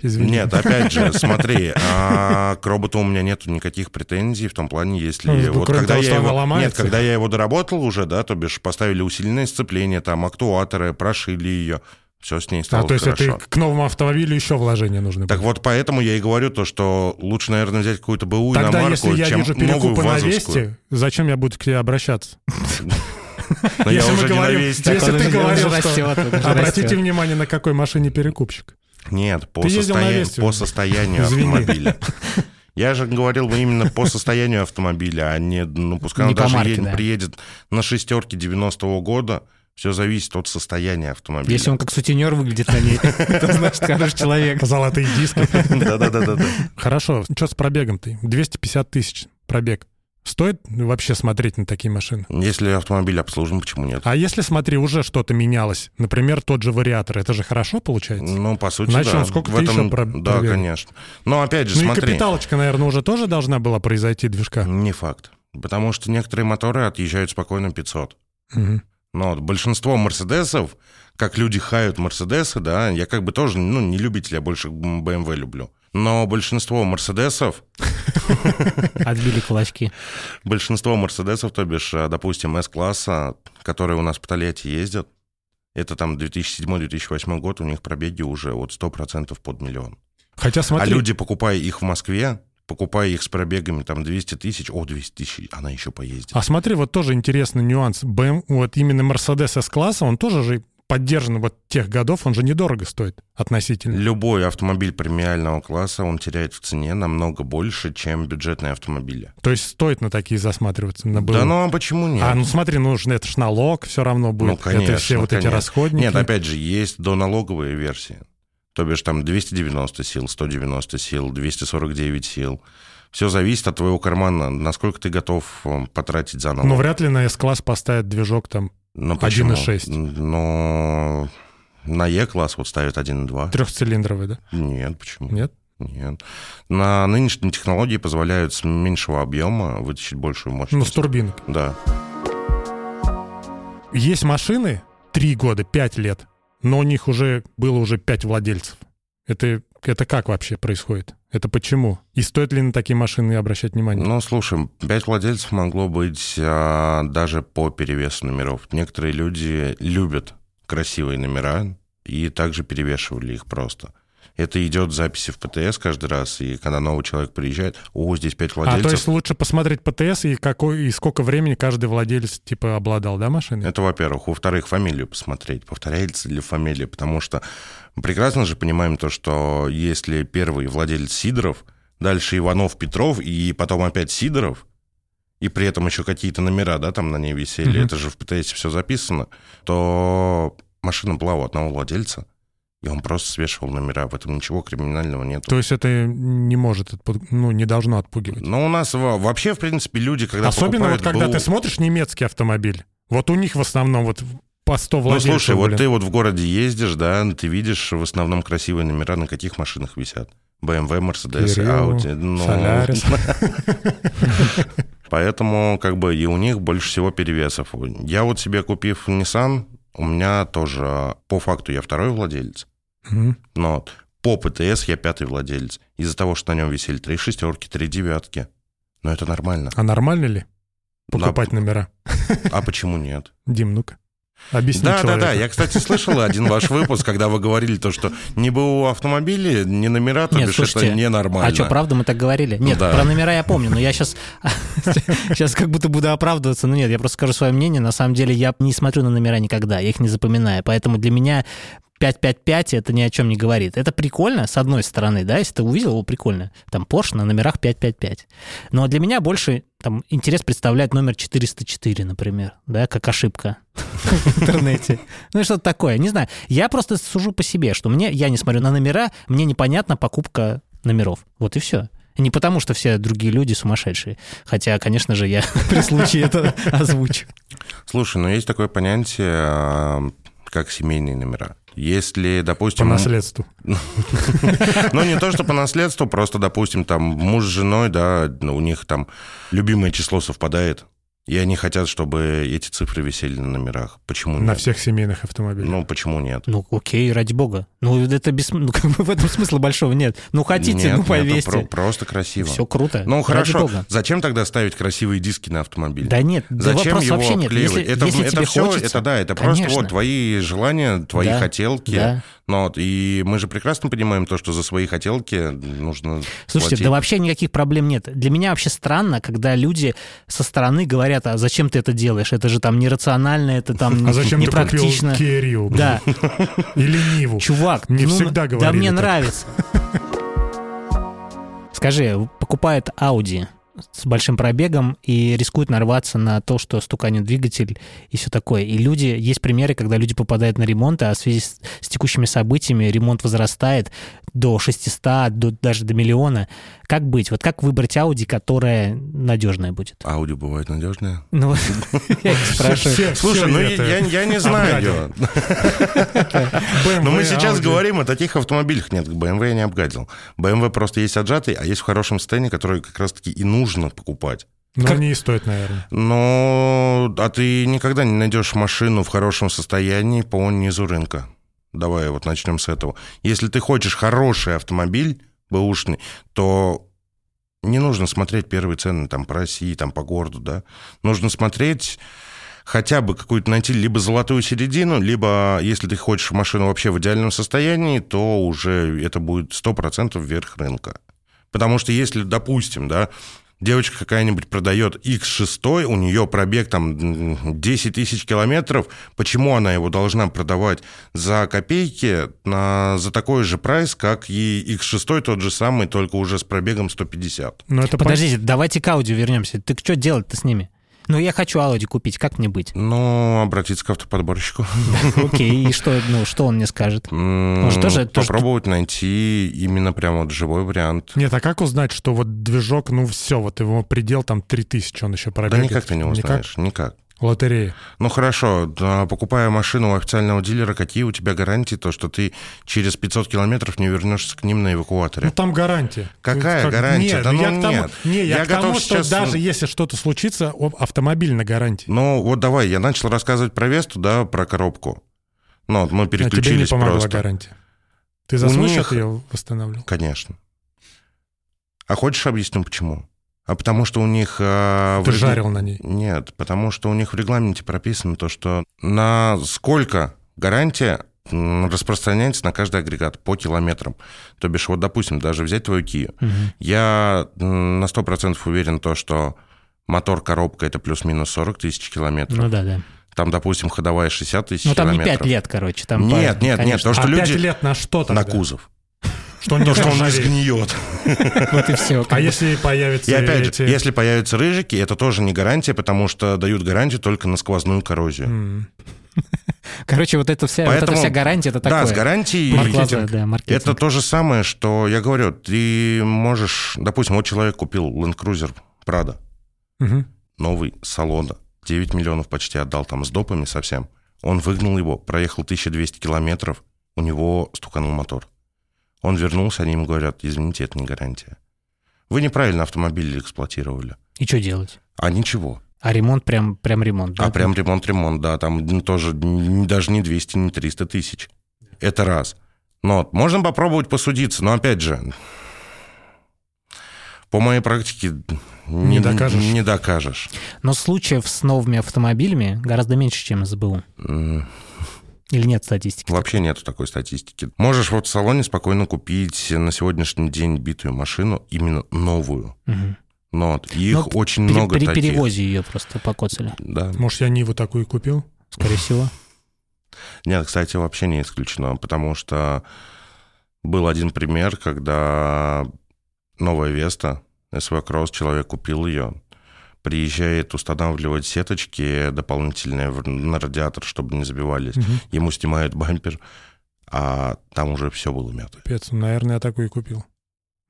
B: Извини.
A: Нет, опять же, смотри, а, к роботу у меня нету никаких претензий в том плане, если
B: Ну,
A: вот
B: кроме
A: когда
B: того,
A: я
B: что она
A: его нет,
B: ломается.
A: когда я его доработал уже, да, то бишь поставили усиленное сцепление, там актуаторы, прошили ее, все с ней стало
B: А то есть
A: хорошо.
B: это к новому автомобилю еще вложения нужны.
A: Так
B: были.
A: вот, поэтому я и говорю то, что лучше, наверное, взять какую-то БУ
B: Тогда,
A: иномарку,
B: если я
A: чем
B: вижу
A: новую
B: перекупы на
A: ВАЗовскую.
B: Весте, зачем я буду к тебе обращаться?
A: Но я
B: если мы
A: уже не на
B: говорим,
A: Весте.
B: Если
C: Он
B: ты
C: уже- он
B: говорил,
C: уже
B: что-
C: растет, он уже
B: Обратите
C: растет.
B: внимание, на какой машине перекупщик.
A: Нет, по,
B: Ты ездил на
A: состоя-
B: Весте
A: по
B: уже?
A: состоянию
B: Извини.
A: автомобиля. Я же говорил именно по состоянию автомобиля, а не, ну, пускай
C: Не
A: он
C: по
A: даже
C: марке,
A: едет-
C: да.
A: приедет на шестерке 90-го года, все зависит от состояния автомобиля.
C: Если он как сутенер выглядит на ней, то значит хороший человек.
B: Золотые диски.
A: Да-да-да-да.
B: Хорошо, что с пробегом ты? 250 тысяч пробег. Стоит вообще смотреть на такие машины?
A: Если автомобиль обслужен, почему нет?
B: А если, смотри, уже что-то менялось, например, тот же вариатор, это же хорошо получается?
A: Ну, по сути,
B: Значит,
A: да.
B: он сколько
A: В
B: ты
A: этом-
B: еще про-
A: Да,
B: проверил?
A: конечно. Но опять же,
B: Ну и
A: смотри,
B: капиталочка, наверное, уже тоже должна была произойти движка.
A: не факт. Потому что некоторые моторы отъезжают спокойно 500.
B: Мгм.
A: Но вот большинство Мерседесов, как люди хают Мерседесы, да, я как бы тоже, ну, не любитель, я больше BMW люблю. Но большинство Мерседесов,
C: Отбили кулачки.
A: большинство Мерседесов, то бишь, э, допустим, S-класса, которые у нас по Тольятти ездят, это там 2007-2008 год, у них пробеги уже вот 100% под миллион.
B: Хотя смотри,
A: А люди, покупая их в Москве, покупая их с пробегами там 200 тысяч, о, 200 тысяч, она еще поездит.
B: а смотри, вот тоже интересный нюанс. БМ, вот именно Mercedes S-класса, он тоже же поддержан вот тех годов, он же недорого стоит относительно.
A: Любой автомобиль премиального класса, он теряет в цене намного больше, чем бюджетные автомобили.
B: То есть стоит на такие засматриваться. На
A: Да
B: BMW.
A: ну а почему нет?
B: А, ну смотри, нужно, это ж налог все равно будет.
A: Ну, конечно,
B: это все вот эти
A: конечно.
B: расходники.
A: Нет, опять же, есть доналоговые версии. То бишь там 290 сил, 190 сил, 249 сил. Все зависит от твоего кармана, насколько ты готов э, потратить за налог.
B: Но Ну, вряд ли на S-класс поставят движок там
A: Но
B: 1,6.
A: Но на Е-класс вот ставят 1,2.
B: трехцилиндровый, да?
A: Нет, почему?
B: Нет?
A: Нет. На нынешние технологии позволяют с меньшего объема вытащить большую
B: Ну,
A: мощность.
B: с турбинок.
A: Да.
B: Есть машины 3 года, 5 лет, но у них уже было уже 5 владельцев. Это, это как вообще происходит? Это почему? И стоит ли на такие машины обращать внимание?
A: Ну, слушай, пять владельцев могло быть а, даже по перевесу номеров. Некоторые люди любят красивые номера и также перевешивали их просто. Это идет записи в ПТС каждый раз, и когда новый человек приезжает, о, здесь пять
B: а
A: владельцев.
B: то есть лучше посмотреть ПТС и, какой, и сколько времени каждый владелец типа обладал, да, машины?
A: Это во-первых. Во-вторых, фамилию посмотреть, повторяется ли фамилия, потому что прекрасно же понимаем то, что если первый владелец Сидоров, дальше Иванов, Петров, и потом опять Сидоров, и при этом еще какие-то номера, да, там на ней висели,
B: Мгм.
A: это же в ПТС все записано, то машина была у одного владельца, и он просто свешивал номера, в этом ничего криминального нет.
B: То есть это не может, отпу- ну, не должно отпугивать.
A: Но у нас во- вообще, в принципе, люди, когда
B: Особенно вот
A: покупают
B: когда
A: БУ,
B: ты смотришь немецкий автомобиль, вот у них в основном вот по 100
A: Ну,
B: владельцев.
A: слушай, вот
B: блин.
A: ты вот в городе ездишь, да, ты видишь в основном красивые номера, на каких машинах висят? BMW, Mercedes,
B: Кирилл,
A: Audi. ну,
B: Солярис.
A: Поэтому как бы и у них больше всего перевесов. Я вот себе купив Nissan, у меня тоже, по факту, я второй владелец,
B: Мгм.
A: но по ПТС я пятый владелец. Из-за того, что на нем висели три шестерки, три девятки. Но это нормально.
B: А нормально ли покупать
A: Да,
B: номера?
A: а почему нет?
B: Дим, ну-ка, объясни
A: Да, да,
B: человеку.
A: да. Я, кстати, слышал один ваш выпуск, когда вы говорили то, что не БУ автомобили, не номера, то
C: Нет,
A: бишь
C: слушайте,
A: это ненормально.
C: А что, правда мы так говорили? Нет,
A: Да.
C: про номера я помню, но я сейчас, сейчас как будто буду оправдываться. Но нет, я просто скажу свое мнение. На самом деле я не смотрю на номера никогда, я их не запоминаю. Поэтому для меня 555 это ни о чем не говорит. Это прикольно, с одной стороны, да, если ты увидел, его прикольно. Там Porsche на номерах 555. Но для меня больше там интерес представляет номер 404, например, да, как ошибка в интернете. Ну и что-то такое, не знаю. Я просто сужу по себе, что мне, я не смотрю на номера, мне непонятна покупка номеров. Вот и все. Не потому, что все другие люди сумасшедшие. Хотя, конечно же, я при случае это озвучу.
A: Слушай, ну есть такое понятие, а, как семейные номера. Если,
B: По
A: допустим,
B: наследству.
A: ну не то, что по наследству, просто, допустим, там муж с женой, да, ну, у них там любимое число совпадает, и они хотят, чтобы эти цифры висели на номерах. Почему
B: На
A: нет?
B: всех семейных автомобилях.
A: Ну, почему нет?
C: Ну, окей, ради бога. Ну, это без... Ну, как бы в этом смысла большого нет. Ну, хотите,
A: Нет,
C: ну,
A: это про-
C: повесьте.
A: просто красиво.
C: Все круто.
A: Ну,
C: Ради
A: хорошо.
C: бога.
A: Зачем тогда ставить красивые диски на автомобиль?
C: Да нет, да
A: Зачем
C: вопроса
A: его
C: вообще нет.
A: обклеивать?
C: Если,
A: это
C: если
A: это
C: тебе
A: все,
C: хочется,
A: это да, это просто
C: конечно.
A: вот твои желания, твои
C: Да,
A: хотелки.
C: да.
A: Ну, вот, и мы же прекрасно понимаем то, что за свои хотелки нужно.
C: Слушайте,
A: платить.
C: да вообще никаких проблем нет. Для меня вообще странно, когда люди со стороны говорят, а зачем ты это делаешь? Это же там нерационально, это там
A: Ну,
B: А зачем ты купил
C: непрактично.
B: Кирилл?
C: Да,
B: Или Ниву?
C: чувак,
B: Не
C: ну,
B: всегда
C: Да
B: говорили
C: мне
B: так.
C: нравится. Скажи, покупает Audi с большим пробегом и рискует нарваться на то, что стуканет двигатель и все такое. И люди, есть примеры, когда люди попадают на ремонт, а в связи с, с текущими событиями ремонт возрастает до 600, до, даже до миллиона. Как быть? Вот как выбрать Audi, которая надежная будет?
A: Аудио бывает надежное.
C: Ну, я их спрашиваю.
B: Все- все
A: Слушай, ну я,
B: это-
A: я- я не знаю.
B: BMW,
A: Но ну, мы сейчас
B: Audi.
A: говорим о таких автомобилях. Нет, BMW я не обгадил. BMW просто есть отжатый, а есть в хорошем состоянии, который как раз-таки и нужно покупать.
B: Но
C: Как-
B: они и стоят, наверное.
A: Ну, а ты никогда не найдешь машину в хорошем состоянии по низу рынка. Давай вот начнем с этого. Если ты хочешь хороший автомобиль, бэушный, то не нужно смотреть первые цены там по России, там по городу, да. Нужно смотреть хотя бы какую-то найти либо золотую середину, либо, если ты хочешь машину вообще в идеальном состоянии, то уже это будет 100% вверх рынка. Потому что если, допустим, да, девочка какая-нибудь продает X6, у нее пробег там м, 10 тысяч километров, почему она его должна продавать за копейки на, за такой же прайс, как и X6 тот же самый, только уже с пробегом 150?
B: Но это
C: Подождите, давайте к аудио вернемся. Ты что делать-то с ними? Ну, я хочу Audi купить, как мне быть?
A: Ну, обратиться к автоподборщику.
C: Окей, и что, ну, что он мне скажет?
A: М,
C: же тоже- тоже-
A: Попробовать найти именно прям вот живой вариант.
B: Нет, а как узнать, что вот движок, ну все, вот его предел там 3000, он еще
C: Ну,
A: Да
B: пробегает?
A: никак ты не узнаешь, никак.
B: Лотерея.
A: Ну хорошо, да, покупая машину у официального дилера, какие у тебя гарантии, то что ты через 500 километров не вернешься к ним на
B: Ну
A: эвакуаторе?
B: там гарантия.
A: Какая
B: Как-
A: гарантия?
B: Нет,
A: Да
B: я
A: ну
B: к тому,
A: нет.
B: Не, я,
A: Я
B: к тому,
A: готов
B: что
A: сейчас-
B: даже если что-то случится, о- автомобиль на гарантии.
A: Ну вот давай, я начал рассказывать про Весту, да, про коробку. Ну вот мы
B: А тебе не
A: переключились
B: помогла
A: просто.
B: гарантия. Ты за свой
A: них-
B: счет ее восстанавливал?
A: Конечно. А хочешь объясню почему? А потому что у них... а,
B: Ты
A: в регла-
B: жарил на ней.
A: Нет, потому что у них в регламенте прописано то, что на сколько гарантия м, распространяется на каждый агрегат по километрам. То бишь, вот, допустим, даже взять твою Кию. Я м, на 100% уверен то, что мотор, коробка — это плюс-минус 40 тысяч километров.
C: Ну да, да.
A: Там, допустим, ходовая 60 тысяч
C: Ну там не
A: километров.
C: 5 лет, короче. Там
A: Нет,
C: по-
A: нет, нет,
C: конечно.
A: то, что
B: а пять
A: люди-
B: лет на что
A: На
B: тогда?
A: кузов.
B: Что он не
A: Что он не
B: ржавеет.
A: сгниет.
C: Вот и все.
B: А если появятся
A: И опять же,
B: эти-
A: если появятся рыжики, это тоже не гарантия, потому что дают гарантию только на сквозную коррозию.
B: М.
C: Короче, вот это вся, вот эта
A: Поэтому-
C: вся гарантия, это такое.
A: Да, с гарантией...
C: Маркетинг, да, маркетинг.
A: Это то же самое, что я говорю, ты можешь, допустим, вот человек купил Land Cruiser Prado,
B: Мгм.
A: новый с салона, 9 миллионов почти отдал там с допами совсем. Он выгнал его, проехал 1200 километров, у него стуканул мотор. Он вернулся, они ему говорят, извините, это не гарантия. Вы неправильно автомобиль эксплуатировали.
C: И что делать?
A: А ничего.
C: А ремонт прям, прям ремонт. да?
A: А прям ремонт-ремонт, да, там ну, тоже н- даже не 200, не 300 тысяч. Это раз. Но вот можно попробовать посудиться, но опять же, по моей практике
B: Не докажешь.
A: Не докажешь.
C: Но случаев с новыми автомобилями гораздо меньше, чем с БУ.
A: М,
C: Или нет статистики?
A: Вообще нету такой статистики. Можешь вот в салоне спокойно купить на сегодняшний день битую машину, именно новую.
C: Мгм.
A: Но вот их
C: Но
A: очень
C: При,
A: много
C: при
A: таких.
C: перевозе ее просто покоцали,
A: Да.
B: Может, я Ниву такую купил?
C: скорее всего.
A: Нет, кстати, вообще не исключено, потому что был один пример, когда новая Веста, SV Cross, человек купил ее, приезжает устанавливать сеточки дополнительные в- на радиатор, чтобы не забивались.
B: Мгм.
A: Ему снимают бампер, а там уже все было мято.
B: Пипец, ну, наверное, я такую и купил.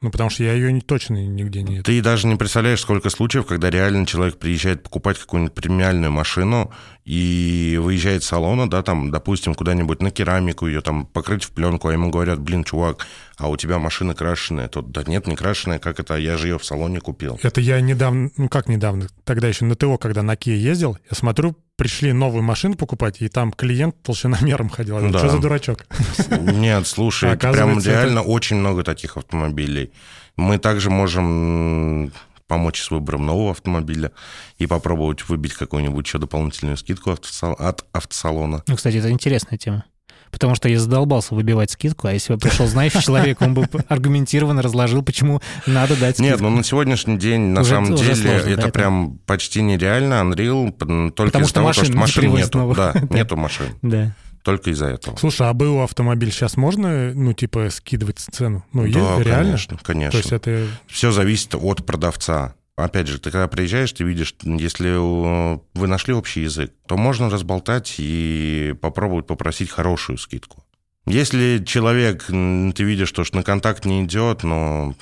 B: Ну, потому что я ее не, точно нигде не...
A: Ты даже не представляешь, сколько случаев, когда реально человек приезжает покупать какую-нибудь премиальную машину и выезжает с салона, да, там, допустим, куда-нибудь на керамику ее там покрыть в пленку, а ему говорят, блин, чувак, а у тебя машина крашеная. Тот, да нет, не крашеная, как это, я же ее в салоне купил.
B: Это я недавно, ну как недавно, тогда еще на ТО, когда на Kia ездил, я смотрю, пришли новую машину покупать, и там клиент толщиномером ходил. Я говорю,
A: Да.
B: Что за дурачок?
A: Нет, слушай, это прям
B: Оказывается, это-
A: реально очень много таких автомобилей. Мы также можем м, помочь с выбором нового автомобиля и попробовать выбить какую-нибудь еще дополнительную скидку автосал- от автосалона.
C: Ну, кстати, это интересная тема. Потому что я задолбался выбивать скидку, а если бы пришел знающий человек, он бы аргументированно разложил, почему надо дать скидку.
A: Нет, ну на сегодняшний день, на
C: Уже-
A: самом
C: уже
A: деле,
C: сложно, да,
A: это
C: это-
A: прям почти нереально. Unreal п- только
C: Потому
A: из
C: что
A: того,
C: машин
A: что
C: не
A: машин
C: привозят
A: нету.
C: новых.
A: Да, нету машин.
C: Да.
A: Только из-за этого.
B: Слушай, а БУ автомобиль сейчас можно, ну типа, скидывать цену? Ну, е-
A: да,
B: реально?
A: конечно,
B: То
A: конечно.
B: есть это...
A: Все зависит от продавца. Опять же, ты когда приезжаешь, ты видишь, если э, вы нашли общий язык, то можно разболтать и попробовать попросить хорошую скидку. Если человек, м, ты видишь, то, что на контакт не идет, но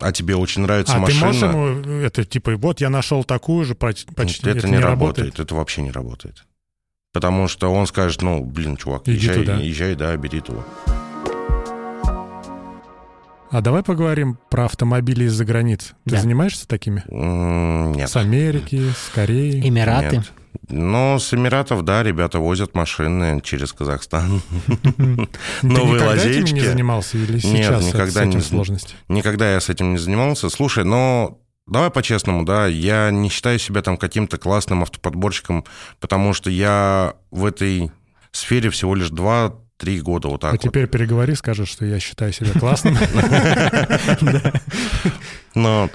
A: а тебе очень нравится
B: А ты
A: машина, Ну,
B: можешь ему это, типа, вот я нашел такую же, поч- почти
A: это, не, работает. это вообще не работает. Потому что он скажет, ну, блин, чувак,
B: Иди
A: езжай,
B: туда.
A: езжай, да, бери туда.
B: А давай поговорим про автомобили из-за границ. Ты
C: Да.
B: занимаешься такими?
A: М, Нет.
B: С Америки, с Кореи.
C: Эмираты.
A: Нет. Ну, с Эмиратов, да, ребята возят машины через Казахстан.
B: Ты
A: Новые
B: никогда этим не
A: лазейки.
B: занимался или
A: Нет,
B: сейчас это- с
A: никогда
B: этим
A: не-
B: сложности?
A: Никогда я с этим не занимался. Слушай, но давай по-честному, да, я не считаю себя там каким-то классным автоподборщиком, потому что я в этой сфере всего лишь 2-3 года вот так
B: А
A: вот.
B: теперь переговори, скажешь, что я считаю себя классным.
A: Но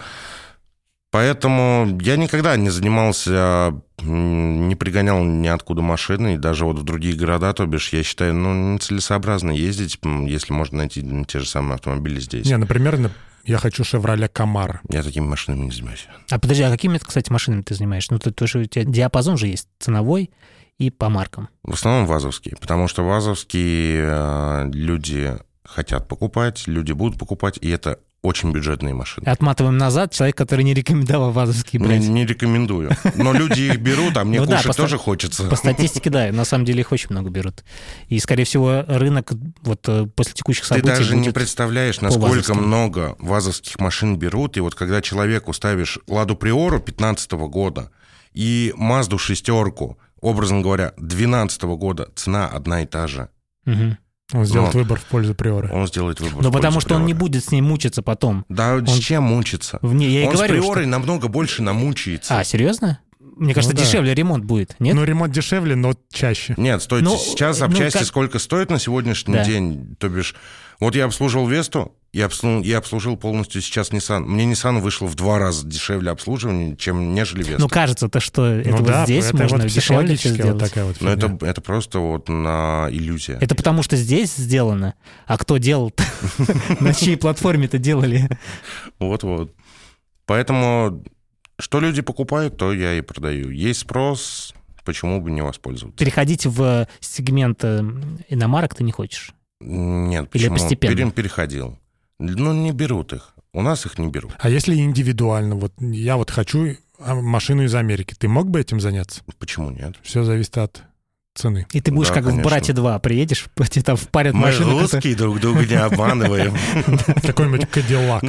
A: поэтому я никогда не занимался, м, не пригонял ниоткуда машины, и даже вот в другие города, то бишь, я считаю, ну, нецелесообразно ездить, м, если можно найти м, те же самые автомобили здесь.
B: Не, например, на- я хочу «Шевроле Камара».
A: Я такими машинами не занимаюсь.
C: А подожди, а какими, кстати, машинами ты занимаешься? Ну, ты, ты же, у тебя диапазон же есть ценовой и по маркам.
A: В основном вазовские, потому что вазовские э, люди хотят покупать, люди будут покупать, и это очень бюджетные машины.
C: Отматываем назад, человек, который не рекомендовал вазовские
A: Не,
C: брать.
A: Ну, не рекомендую. Но люди их берут, а мне
C: Ну да,
A: кушать
C: поста-
A: тоже хочется.
C: По статистике, да, на самом деле их очень много берут. И, скорее всего, рынок вот э, после текущих
A: Ты
C: событий
A: даже не
C: будет-
A: представляешь, насколько
C: вазовским.
A: много вазовских машин берут. И вот когда человеку ставишь «Ладу Приору» 15 года и «Мазду шестерку», образно говоря, 12 года, цена одна и та же.
C: Мгм.
B: Он сделает
A: Ну.
B: выбор в пользу Приора.
A: Он сделает выбор.
C: Ну,
A: в
C: потому
A: пользу
C: что он не
A: «Приора».
C: будет с ней мучиться потом.
A: Да с чем мучиться?
C: В ней- я и
A: он
C: говорю,
A: с
C: что-
A: приорой намного больше намучается.
C: А, серьезно? Мне кажется,
B: Ну да.
C: дешевле ремонт будет, нет?
B: Ну, ремонт дешевле, но чаще.
A: Нет, стойте,
C: Ну,
A: сейчас
C: ну,
A: запчасти
C: как-
A: сколько стоят на сегодняшний
C: Да.
A: день? То бишь, вот я обслужил Весту, я обслужил, я обслужил полностью сейчас Nissan. Мне Nissan вышло в два раза дешевле обслуживание, чем нежели Веста.
C: Ну, кажется-то, что это
B: Ну
C: вот
B: да,
C: здесь
B: это
C: можно
B: вот
C: дешевле всё
B: психологическая
C: сделать.
B: вот такая вот
A: Но
B: фигня.
A: Ну, это, это просто вот на иллюзия.
C: Это потому что здесь сделано, а кто делал На чьей платформе это делали?
A: Вот-вот. Поэтому что люди покупают, то я и продаю. Есть спрос, почему бы не воспользоваться?
C: Переходить в сегмент э, иномарок ты не хочешь.
A: Нет,
C: Или
A: почему?
C: постепенно?
A: Пере- переходил. Ну, не берут их. У нас их не берут.
B: А если индивидуально, вот я вот хочу а, машину из Америки, ты мог бы этим заняться?
A: Почему нет?
B: Все зависит от цены.
C: И ты будешь
A: Да,
C: как в
A: конечно.
C: «Брате 2» приедешь, тебе там впарят
A: Мы
C: машину. которая-
A: русские друг друга не обманываем.
B: Какой-нибудь Кадиллак.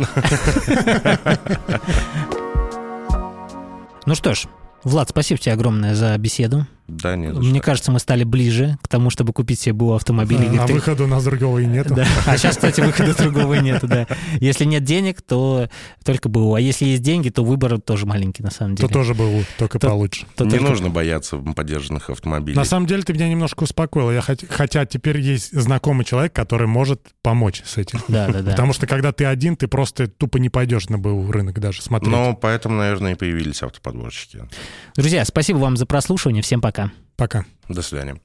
C: Ну что ж, Влад, спасибо тебе огромное за беседу.
A: Да, нет.
C: Мне кажется, мы стали ближе к тому, чтобы купить себе БУ автомобиль
B: А
C: электрик.
B: выхода у нас другого и нету.
C: Да. А сейчас, кстати, выхода другого и нету, да. Если нет денег, то только БУ. А если есть деньги, то выбор тоже маленький, на самом
B: То
C: деле.
B: тоже был, только
C: То-
B: получше.
C: То
A: Не
C: только-
A: нужно бояться поддержанных автомобилей.
B: На самом деле ты меня немножко успокоила. Я хот- хотя теперь есть знакомый человек, который может помочь с этим.
C: Да, да, да.
B: Потому что когда ты один, ты просто тупо не пойдешь на БУ рынок даже смотреть.
A: Но поэтому, наверное, и появились автоподборщики.
C: Друзья, спасибо вам за прослушивание. Всем пока.
B: Пока.
A: До свидания.